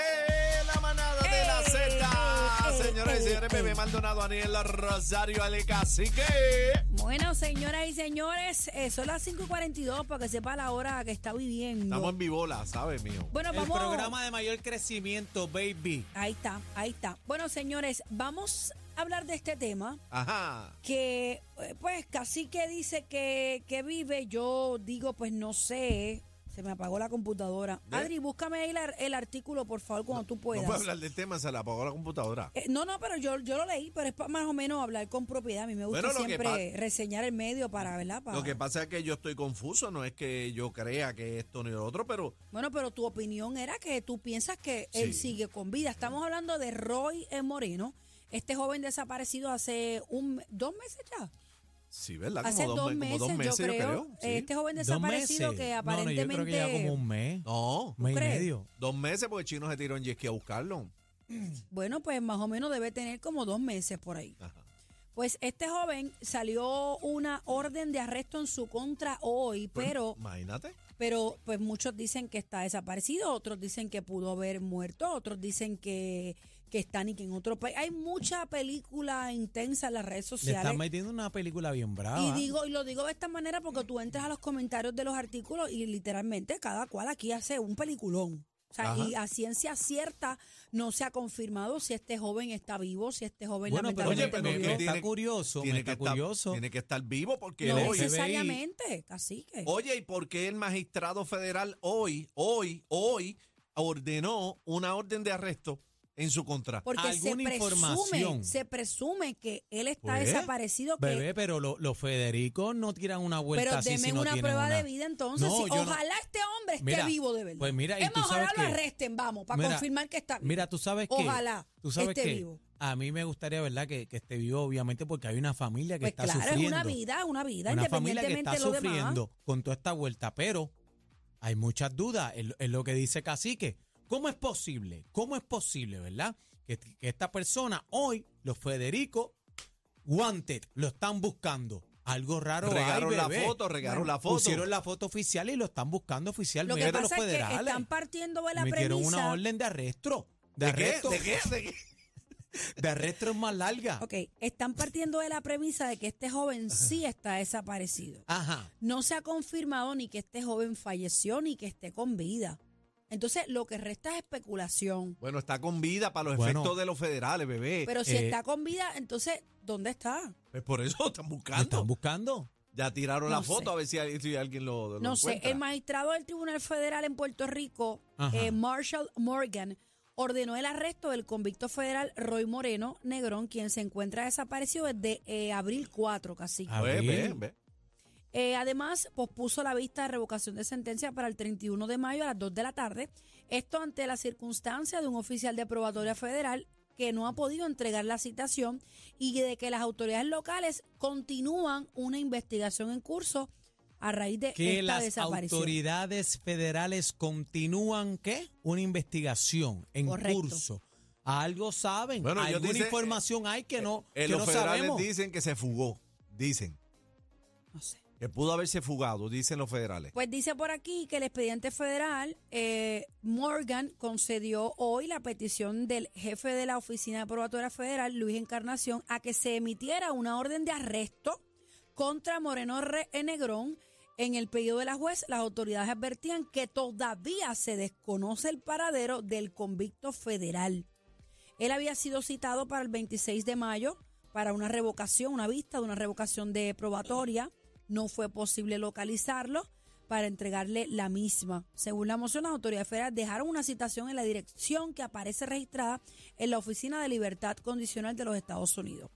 Eh, Eh, señores, bebé Maldonado, Aniel Rosario, el cacique. Bueno, señoras y señores, eh, son las 5.42 para que sepa la hora que está viviendo. Estamos en vivola, ¿sabes, mío? bueno, El vamos. programa de mayor crecimiento, baby. Ahí está, ahí está. Bueno, señores, vamos a hablar de este tema Ajá. que, eh, pues, casi que dice que, que vive. Yo digo, pues, no sé. Se me apagó la computadora. ¿Ve? Adri, búscame ahí la- el artículo, por favor, cuando tú No puedas. puedo hablar del tema, se le apagó la computadora. Eh, no, no, pero yo, yo lo leí, pero es pa- más o menos hablar con propiedad. A mí me gusta Bueno, lo que siempre reseñar el medio para, ¿verdad? Para- Lo que pasa es que yo estoy confuso, no es que yo crea que esto ni lo otro, pero Bueno, pero tu opinión era que tú piensas que él Sí. sigue con vida. Estamos hablando de Roy eh, Moreno, este joven desaparecido hace un dos meses ya. sí, ¿verdad? hace Como dos, me- como dos meses, yo creo. sí. Este joven desaparecido que aparentemente. No, no, yo creo que lleva como un mes. No, mes crees? y medio. dos meses porque Chino se tiró en jet ski a buscarlo. Bueno, pues más o menos debe tener como dos meses por ahí. Ajá. Pues este joven salió una orden de arresto en su contra hoy, pero, Imagínate. pero pues muchos dicen que está desaparecido, otros dicen que pudo haber muerto, otros dicen que, que está ni que en otro país. Hay mucha película intensa en las redes Le están sociales. metiendo una película bien brava. Y digo, y lo digo de esta manera porque tú entras a los comentarios de los artículos y literalmente cada cual aquí hace un peliculón. O sea, Ajá. y a ciencia cierta no se ha confirmado si este joven está vivo, si este joven bueno, pero, lamentablemente oye, pero no me vio. murió. está Tiene- curioso, me Tiene que, está estar, curioso. tiene que estar vivo porque No el hoy. FBI. necesariamente, cacique. Oye, ¿y por qué el magistrado federal hoy, hoy, hoy ordenó una orden de arresto en su contra? Porque se alguna presume, información. se presume que él está Pues, desaparecido, que Bebé, pero lo- los Federicos no tiran una vuelta Pero así deme si no una tienen prueba una- de vida entonces. No, sí, yo no- ojalá este hombre esté Mira, vivo de verdad. pues mira, y es tú más, ojalá sabes lo qué. arresten, vamos, para Mira, confirmar que está vivo. Mira, tú sabes que. Ojalá Tú sabes esté que vivo. A mí me gustaría, ¿verdad?, que, que esté vivo, obviamente, porque hay una familia que pues está claro, sufriendo. es una vida, una vida, una familia que independientemente está de lo demás. sufriendo con toda esta vuelta, pero hay muchas dudas en, lo- en lo que dice Cacique. ¿Cómo es posible? ¿Cómo es posible, verdad? Que, que esta persona hoy, los Federico Wanted, lo están buscando. Algo raro. hay, regaron la bebé. foto, regaron la foto. Pusieron la foto oficial y lo están buscando Lo oficialmente que los pasa es que federales. están partiendo de la Metieron premisa. una orden de arresto. De, ¿De qué? arresto. ¿De qué? ¿De qué? de arresto es más larga. Ok, están partiendo de la premisa de que este joven sí está desaparecido. Ajá. No se ha confirmado ni que este joven falleció ni que esté con vida. Entonces, lo que resta es especulación. Bueno, está con vida para los Bueno. efectos de los federales, bebé. Pero si eh, está con vida, entonces, ¿dónde está? Pues por eso lo están Lo están buscando. buscando. Ya tiraron la No foto sé. a ver si, hay- si alguien lo, lo No sé, encuentra. el magistrado del Tribunal Federal en Puerto Rico, Ajá. eh, Marshall Morgan, ordenó el arresto del convicto federal Roy Moreno Negrón, quien se encuentra desaparecido desde eh, abril 4, casi. Ah. Ve, ve, Abril. ve. Eh, además, pospuso la vista de revocación de sentencia para el 31 de mayo a las 2 de la tarde. Esto ante la circunstancia de un oficial de probatoria federal que no ha podido entregar la citación y de que las autoridades locales continúan una investigación en curso a raíz de que esta las desaparición. autoridades federales continúan qué una investigación en Correcto. curso algo saben Bueno, ellos alguna dicen, información hay que no Eh, que los no federales sabemos dicen que se fugó. Dicen No sé. que pudo haberse fugado, dicen los federales. Pues dice por aquí que el expediente federal, eh, Morgan, concedió hoy la petición del jefe de la Oficina de Probatoria Federal, Luis Encarnación, a que se emitiera una orden de arresto contra Moreno Re- eh, Negrón. En el pedido de la juez, las autoridades advertían que todavía se desconoce el paradero del convicto federal. Él había sido citado para el 26 de mayo para una revocación, una vista de una revocación de probatoria. No fue posible localizarlo para entregarle la misma. Según la moción, las autoridades federales dejaron una citación en la dirección que aparece registrada en la Oficina de Libertad Condicional de los Estados Unidos.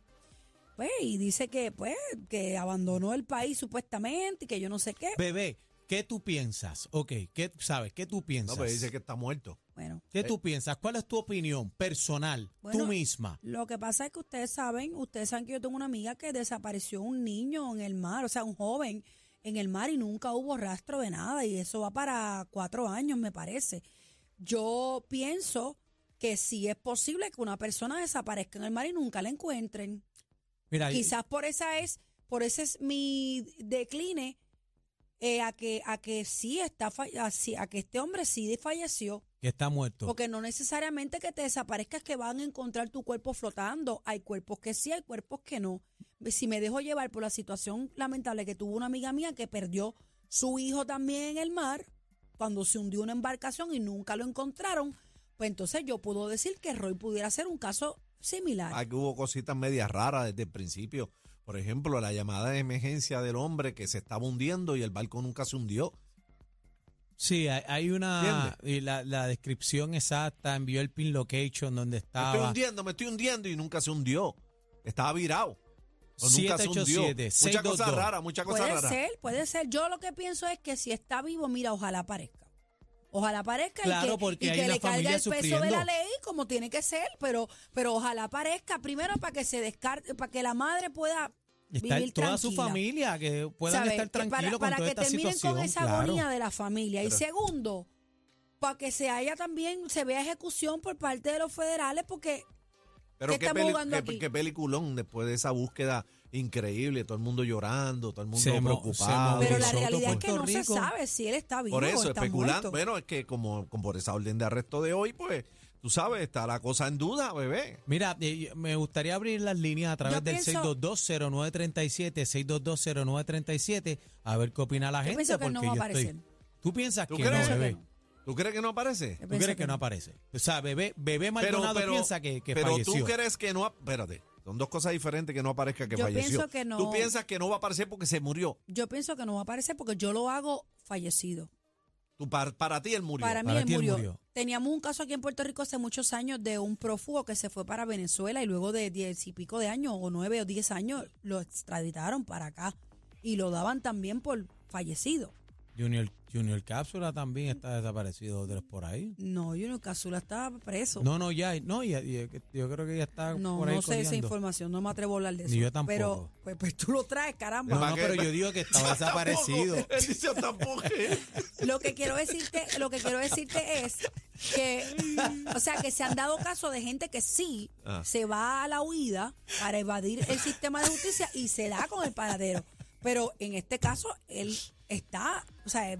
Pues, y dice que, pues, que abandonó el país supuestamente y que yo no sé qué. bebé qué tú piensas Ok, qué sabes qué tú Pues, No, piensas pero dice que eh, está muerto. Bueno, qué tú piensas cuál es tu opinión personal Bueno, tú misma Lo que pasa es que ustedes saben, ustedes saben que yo tengo una amiga que desapareció un niño en el mar, o sea, un joven en el mar y nunca hubo rastro de nada y eso va para cuatro años, me parece. Yo pienso que sí es posible que una persona desaparezca en el mar y nunca la encuentren. mira Quizás por esa es, por ese es mi decline eh, a que a que sí está fa- a, sí- a que este hombre sí falleció. que que está muerto. Porque no necesariamente que te desaparezcas que van a encontrar tu cuerpo flotando. Hay cuerpos que sí, hay cuerpos que no. Si me dejo llevar por la situación lamentable que tuvo una amiga mía que perdió su hijo también en el mar, cuando se hundió una embarcación y nunca lo encontraron, pues entonces yo puedo decir que Roy pudiera ser un caso similar. Aquí hubo cositas medias raras desde el principio. Por ejemplo, la llamada de emergencia del hombre que se estaba hundiendo y el barco nunca se hundió. Sí, hay, hay una y la, la descripción exacta, envió el pin location donde Me estoy estaba. hundiendo, me estoy hundiendo y nunca se hundió. Estaba virado. O nunca se hundió. 787, Muchas 622. cosas raras, muchas cosas Puede raras. ser, puede ser. Yo lo que pienso es que si está vivo, mira, ojalá aparezca. Ojalá aparezca y Claro, que, porque y hay que una le caiga familia el peso de la sufriendo. ley como tiene que ser, pero, pero ojalá aparezca primero para que se descarte, para que la madre pueda Está vivir toda su tranquila. familia, que puedan ¿sabes? estar Que para- tranquilos para, con toda que esta terminen situación. con esa claro. agonía de la familia. y Pero- segundo, para que se haya también, se vea ejecución por parte de los federales, porque Pero ¿Qué qué, estamos peli- jugando qué- aquí? qué peliculón después de esa búsqueda increíble, todo el mundo llorando, todo el mundo Se pues. mo- preocupado. se pero la Ah, Soto, realidad es que Puerto no se Rico. sabe si él está vivo Por o eso, está especulando. muerto. pues, Bueno, es que como, como por esa orden de arresto de hoy, pues, tú sabes, está la cosa en duda, bebé. Mira, eh, me gustaría abrir las líneas a través Yo del pienso- 6220937, 6220937, a ver qué opina la Yo gente. pienso que porque él no va a yo aparecer. estoy- ¿Tú piensas ¿Tú que crees? no, bebé? Yo ¿Tú crees que no aparece? Yo ¿Tú pienso crees que que no no. aparece? O sea, bebé, bebé Maldonado piensa que, que pero falleció. tú crees que no... Espérate, son dos cosas diferentes que no aparezca que Yo falleció. pienso que no. Tú piensas que no va a aparecer porque se murió. Yo pienso que no va a aparecer porque yo lo hago fallecido. Tú, par- para, ti él murió. Para mí Para él ti él murió. murió. Teníamos un caso aquí en Puerto Rico hace muchos años de un prófugo que se fue para Venezuela y luego de diez y pico de años, o nueve o diez años, lo extraditaron para acá y lo daban también por fallecido. Junior, Junior Cápsula también está desaparecido, otros por ahí. No, Junior Casula estaba preso. No, no, ya, no, ya, ya- yo creo que ya está no, por ahí no sé esa coleando. información, no me atrevo a hablar de eso. Ni yo tampoco. Pero pues, pues tú lo traes, caramba. No, ¿Para no, qué? pero yo digo que estaba desaparecido. Tampoco, él dice tampoco. Lo que quiero decirte, lo que quiero decirte es que, o sea, que se han dado caso de gente que sí Ah. se va a la huida para evadir el sistema de justicia y se da con el paradero. Pero en este caso, él está, o sea, eh,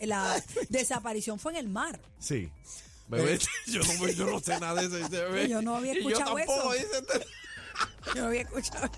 la desaparición fue en el mar. Sí. Bebé, yo no, yo no sé nada de eso. dice, bebé. Eh. Yo no había Y escuchado yo tampoco, eso. dice, Yo no había escuchado.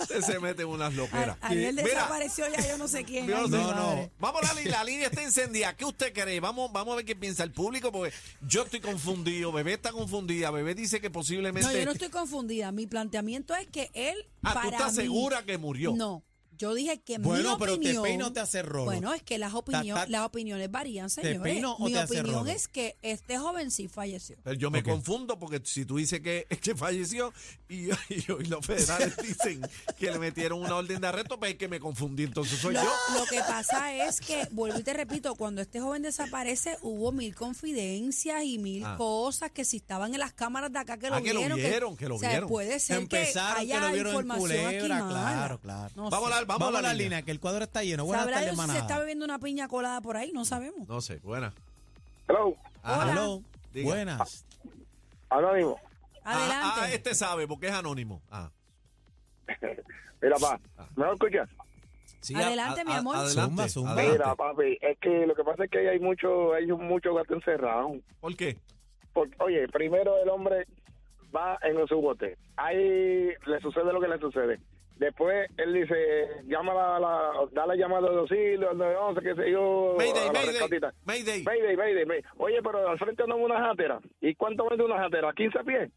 Usted se mete en unas loqueras. A, él Mira, desapareció ya yo no sé quién. yo Ay, no, sé. mi no, madre. Vamos, la, li- la línea está encendida. ¿Qué usted cree? Vamos, vamos a ver qué piensa el público, porque yo estoy confundido. Bebé está confundida. Bebé dice que posiblemente. No, yo no estoy confundida. Mi planteamiento es que él Ah, ¿tú para estás mí- segura que murió? No, yo dije que Bueno, mi pero te opinión- peino o te hace rolo. Bueno, es que las, opinión- Ta- ta- las opiniones varían, señores. peino o mi te hace opinión rolo. es que este joven sí falleció. Pero yo me Ok. confundo porque si tú dices que, que falleció y, y hoy los federales dicen que le metieron una orden de arresto, pues es que me confundí, entonces soy Lo, yo. lo que pasa es que, vuelvo y te repito, cuando este joven desaparece hubo mil confidencias y mil Ah. cosas que si estaban en las cámaras de acá que lo Ah, que lo vieron. vieron, que lo o sea, vieron. Puede ser Empezaron que que haya lo vieron en información aquí culebra, mala. claro, claro. No Vamos sé. a la- Vamos, a la línea. línea. que el cuadro está lleno. Buenas Sabrá tardes, Dios si se manada. está bebiendo una piña colada por ahí, no sabemos. No sé, buena. Hello, Ah, Hola. hello. Diga. Buenas. anónimo. Adelante. Ah, ah, este sabe porque es anónimo. Ah, Mira, pa, ¿me lo escuchas? sí, Adelante, mi amor. Adelante, Zumba, zumba. adelante. Mira, papi, es que lo que pasa es que ahí hay mucho, hay un- mucho gato encerrado. ¿Por qué? Porque, oye, primero el hombre va en su bote. Ahí le sucede lo que le sucede. Después él dice, llama la, la, da la llamada de auxilio, al 911, qué sé yo. a Mayday, la Mayday. rescatita. Mayday. Mayday, mayday, mayday. Oye, pero al frente andaba una jatera. ¿Y cuánto vende una jatera? ¿15 pies?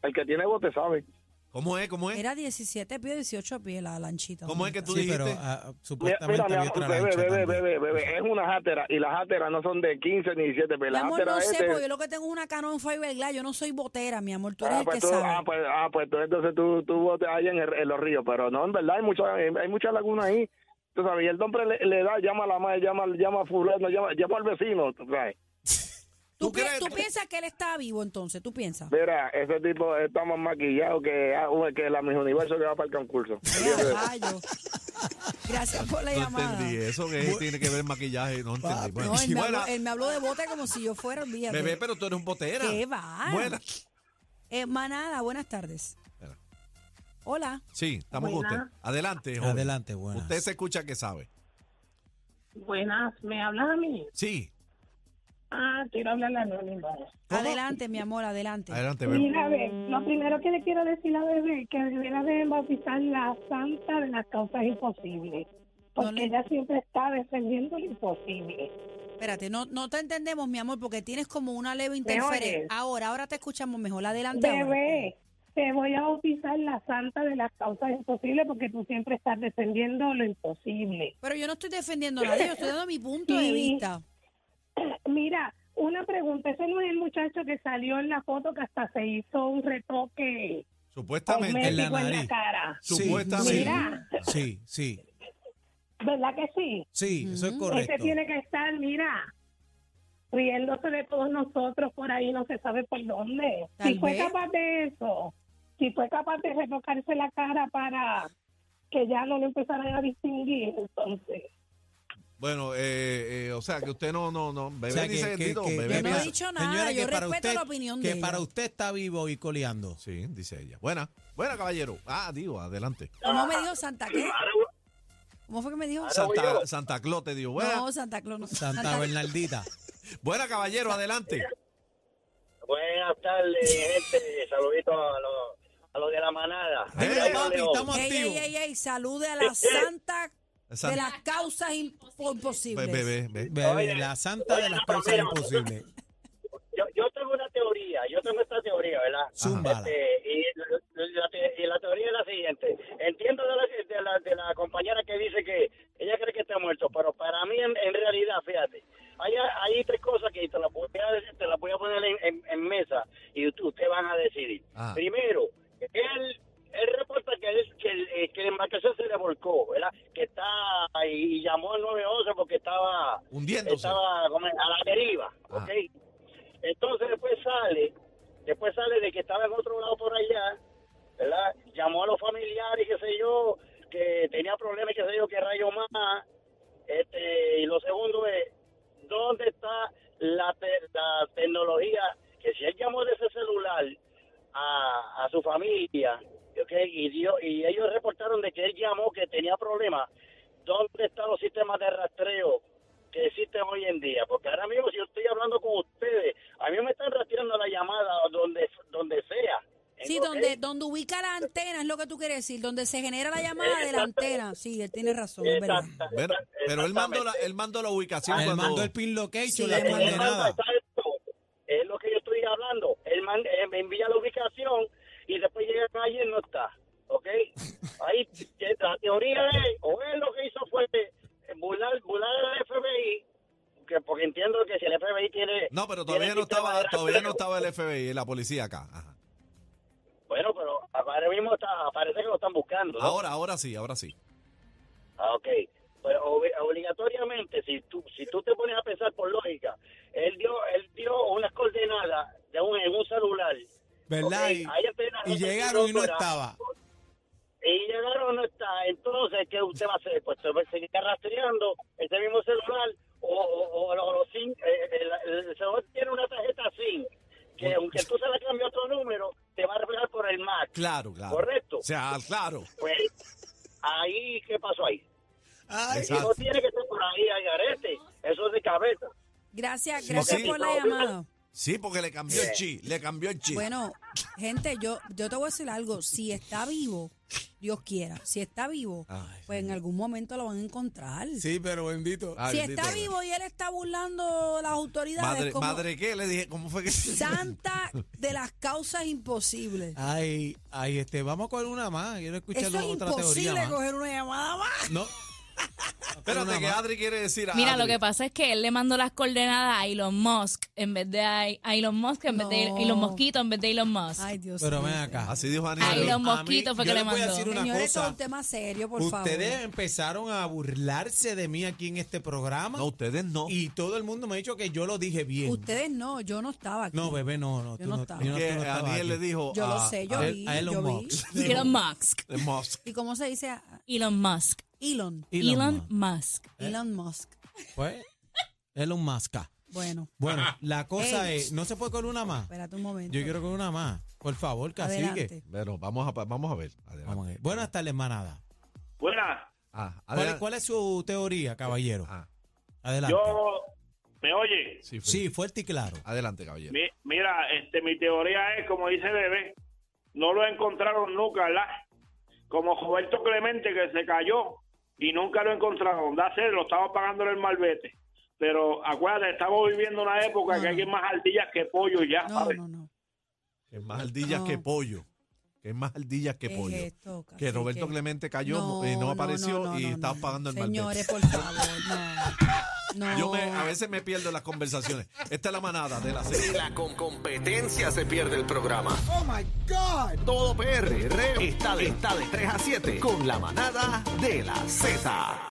El que tiene bote sabe. ¿Cómo es? ¿Cómo es? Era 17 pies, 18 pies la lanchita. ¿eh? ¿Cómo es bonita. que tú Sí, dijiste? pero ah, Mira, supuestamente mira, mi había amor, otra bebé, lancha bebé, también. bebé, bebé, es una játera y las játeras no son de 15 ni 17 pelas. Mi La amor, játera no es sé, de- porque yo lo que tengo es una Canon Fiberglass, yo no soy botera, mi amor, tú eres Ah, el que pues tú, sabe. ah, pues, ah, pues tú- entonces tú, tú botes ahí en, el- en los ríos, pero no, en verdad hay mucha, hay mucha laguna ahí. Tú sabes, y el hombre le, le da, llama a la madre, llama, llama a fulano, llama, llama al vecino, tú sabes. ¿Tú, ¿tú pi- crees? tú piensas que él está vivo entonces? ¿Tú piensas? Mira, ese tipo está más maquillado que, ah, uy, que la mis Universo que va para el concurso. Vea, rayo. Gracias por la No llamada. entendí eso que tiene que ver maquillaje, no entendí. Papi, Bueno, No, él me, buena. habló, él me habló de bote como si yo fuera un día. bebé, pero tú eres un botera. ¿Qué va? Buena. Eh, manada, buenas tardes. Espera. Hola. Sí, estamos con usted. Buena. Adelante, joven. Adelante, buenas. Usted se escucha que sabe. Buenas, ¿me hablas a mí? Sí, Ah, quiero hablarle anónima. Adelante, mi amor, adelante. Adelante, bebé. Mira, ve, lo primero que le quiero decir a Bebé que debiera de bautizar la santa de las causas imposibles. Porque No le- ella siempre está defendiendo lo imposible. Espérate, no, no te entendemos, mi amor, porque tienes como una leve oyes? interferencia. Ahora, ahora te escuchamos mejor. Adelante. ahora. Bebé, te voy a bautizar la santa de las causas imposibles porque tú siempre estás defendiendo lo imposible. Pero yo no estoy defendiendo a nadie, yo estoy dando mi punto de Sí. vista. Mira, una pregunta. Ese no es el muchacho que salió en la foto que hasta se hizo un retoque Supuestamente. cosmético en en la- la, nariz. cara. Sí, Supuestamente. Mira. Sí, sí, ¿Verdad que sí? sí, eso Mm. es correcto. Ese tiene que estar, mira, riéndose de todos nosotros por ahí, no se sabe por dónde. Tal si fue vez. capaz de eso, si fue capaz de retocarse la cara para que ya no lo empezaran a distinguir, entonces. Bueno, eh, eh, o sea, que usted no, no, no. Bebé O sea, dice bendito. bebé Yo no he piensa- dicho- nada, yo para respeto usted- la opinión que de para ella. usted está vivo y coleando. Sí, dice ella. Buena, buena, caballero. Ah, digo, adelante. ¿Cómo me dijo Santa qué? ¿Cómo fue que me dijo? Santa, Santa Claus te dio. Buena, No, Santa Claus. no. Santa, Bernaldita. buena caballero, adelante. Buenas tardes, gente. Saluditos a los a los de la manada. Eh, Dímelo, papi, estamos Ey, activos. ey, ey, ey, salude a la Santa de Santa- las causas impo- Be- imposibles. Bebé, bebé. Bebé, la santa de las causas imposibles. Yo, yo tengo una teoría, yo tengo esta teoría, ¿verdad? Zúmbala. Este, y, la, te- y la teoría es la siguiente. Entiendo de la, de, la, de la compañera que dice que ella cree que está muerto, pero para mí en, en realidad, fíjate, hay, hay tres cosas que te las voy a, decir, te las voy a poner en, en- en mesa y ut- ustedes van a decidir. Ajá. Primero, él, él reporta que, es, que, el, eh, que la embarcación se le volcó, ¿verdad? Que está y, y llamó al 911 porque estaba Hundiéndose. estaba como a la deriva, Ah. ¿ok? Entonces después sale, después sale de que estaba en otro lado por allá, ¿verdad? Llamó a los familiares, qué sé yo, que tenía problemas, qué sé yo, qué rayo más. Este, y lo segundo es, ¿dónde está la, te- la tecnología? Que si él llamó de ese celular a, a su familia, ¿ok? Y, dio- y ellos reportaron de que él llamó, que tenía problemas. ¿Dónde están los sistemas de rastreo que existen hoy en día, porque ahora mismo si yo estoy hablando con ustedes, a mí me están rastreando la llamada donde donde sea. Sí, ¿ok? donde, donde ubica la antena, es lo que tú quieres decir, donde se genera la llamada de la antena. Sí, él tiene razón, es verdad. Exacta- Bueno, pero él mandó la, exactamente. él mandó la ubicación Él cuando- mandó el pin Sí, él location, la mandó- Él manda, condenada. exacto, es lo que yo estoy hablando. Él, man- él me envía la ubicación y después llega allí y no está, ¿ok? Ahí que la teoría es, o él lo que hizo fue burlar, burlar al FBI, que porque entiendo que si el FBI tiene No, pero tiene todavía no sistema estaba, de todavía no rastreo. estaba el FBI, la policía acá. Ajá. Bueno, pero ahora mismo está, parece que lo están buscando. ¿no? Ahora, ahora sí, ahora sí. Ah, ok. Pero ob- obligatoriamente, si tú, si tú te pones a pensar por lógica, él dio, él dio unas coordenadas de un, en un celular. ¿Verdad? Ok, Y- ahí apenas Y, no se llegaron y no encontrará. estaba. Y llegaron, no está. Entonces, ¿qué usted va a hacer? Pues se va a seguir rastreando ese mismo celular o, o, o- o los SIM, eh, el, el celular tiene una tarjeta SIM que aunque tú se la cambies a otro número, te va a reflejar por el MAC. Claro, claro. Correcto. O sea, claro. Pues ahí, ¿qué pasó ahí? Ay, Y no Exacto. tiene que estar por ahí, hay arete. Eso es de cabeza. Gracias, Sí, gracias sí. por la llamada. Sí, porque le cambió el chi, le cambió el chi. Bueno, gente, yo, yo te voy a decir algo. Si está vivo, Dios quiera, si está vivo, Ay, pues en algún momento lo van a encontrar. sí, pero bendito. Ay, si bendito, está Dios. vivo y él está burlando las autoridades Madre, como madre qué, le dije, ¿cómo fue que Santa de las causas imposibles. Ah, Ay, ay, este, vamos con una más. Quiero escuchar Eso es otra imposible teoría. más. coger una llamada más. No. Espérate Una que más. Adri quiere decir a Mira, Adri. lo que pasa es que él le mandó las coordenadas a Elon Musk en vez de a, a Elon Musk, en vez de No. Elon Mosquito, en vez de Elon Musk. Ay, Dios Pero ven mío. acá. Así dijo Ani. Ay, Pero- los A mí- mosquitos fue yo que les le voy a mandó. decir una Señores, esto es cosa. un tema serio, por Ustedes favor. empezaron a burlarse de mí aquí en este programa. No, ustedes no. Y todo el mundo me ha dicho que yo lo dije bien. Ustedes no, yo no estaba aquí. No, bebé, no, no. Yo tú no no, estaba. tú no que estabas Aniel aquí. le dijo Yo lo a- sé, yo a- vi, a Elon yo vi. Musk. Elon Musk. de Musk. ¿Y cómo se dice? Elon Musk. Elon. Elon Elon, Musk. Musk. eh. Elon Musk. Pues, Elon Musk. Bueno, Bueno, la cosa Ey. es, no se puede con una más. espérate un momento. Yo quiero con una más. Por favor, cacique. Adelante. Bueno, vamos a, vamos a ver. Adelante. Vamos a ver. Buenas tardes, manada. Buena. Ah, ¿Cuál, adelante. cuál es su teoría, caballero? Ah, Adelante. Yo, ¿Me oye? Sí, fue. Sí, fuerte y claro. Adelante, caballero. Mi- mira, este, mi teoría es, como dice Bebé, no lo encontraron nunca, ¿verdad? Como Roberto Clemente que se cayó y nunca lo encontraron. Da sed, lo estaba pagando el malvete. Pero acuérdate, estamos viviendo una época No, que hay no. más ardillas que pollo ya, No, ¿sabes? no, no. Que es más ardillas que No. pollo. Que es más ardillas que ¿Qué es pollo. esto, que cacique? Roberto Clemente cayó eh, no, apareció no, y no, no, estaba no. pagando el malvete. Señores, por favor, no. No. Yo me, a veces me pierdo en las conversaciones. Esta es la manada de la serie. la con competencia se pierde el programa. Oh my God. Todo PR está de, está de 3 a 7 con la manada de la Z.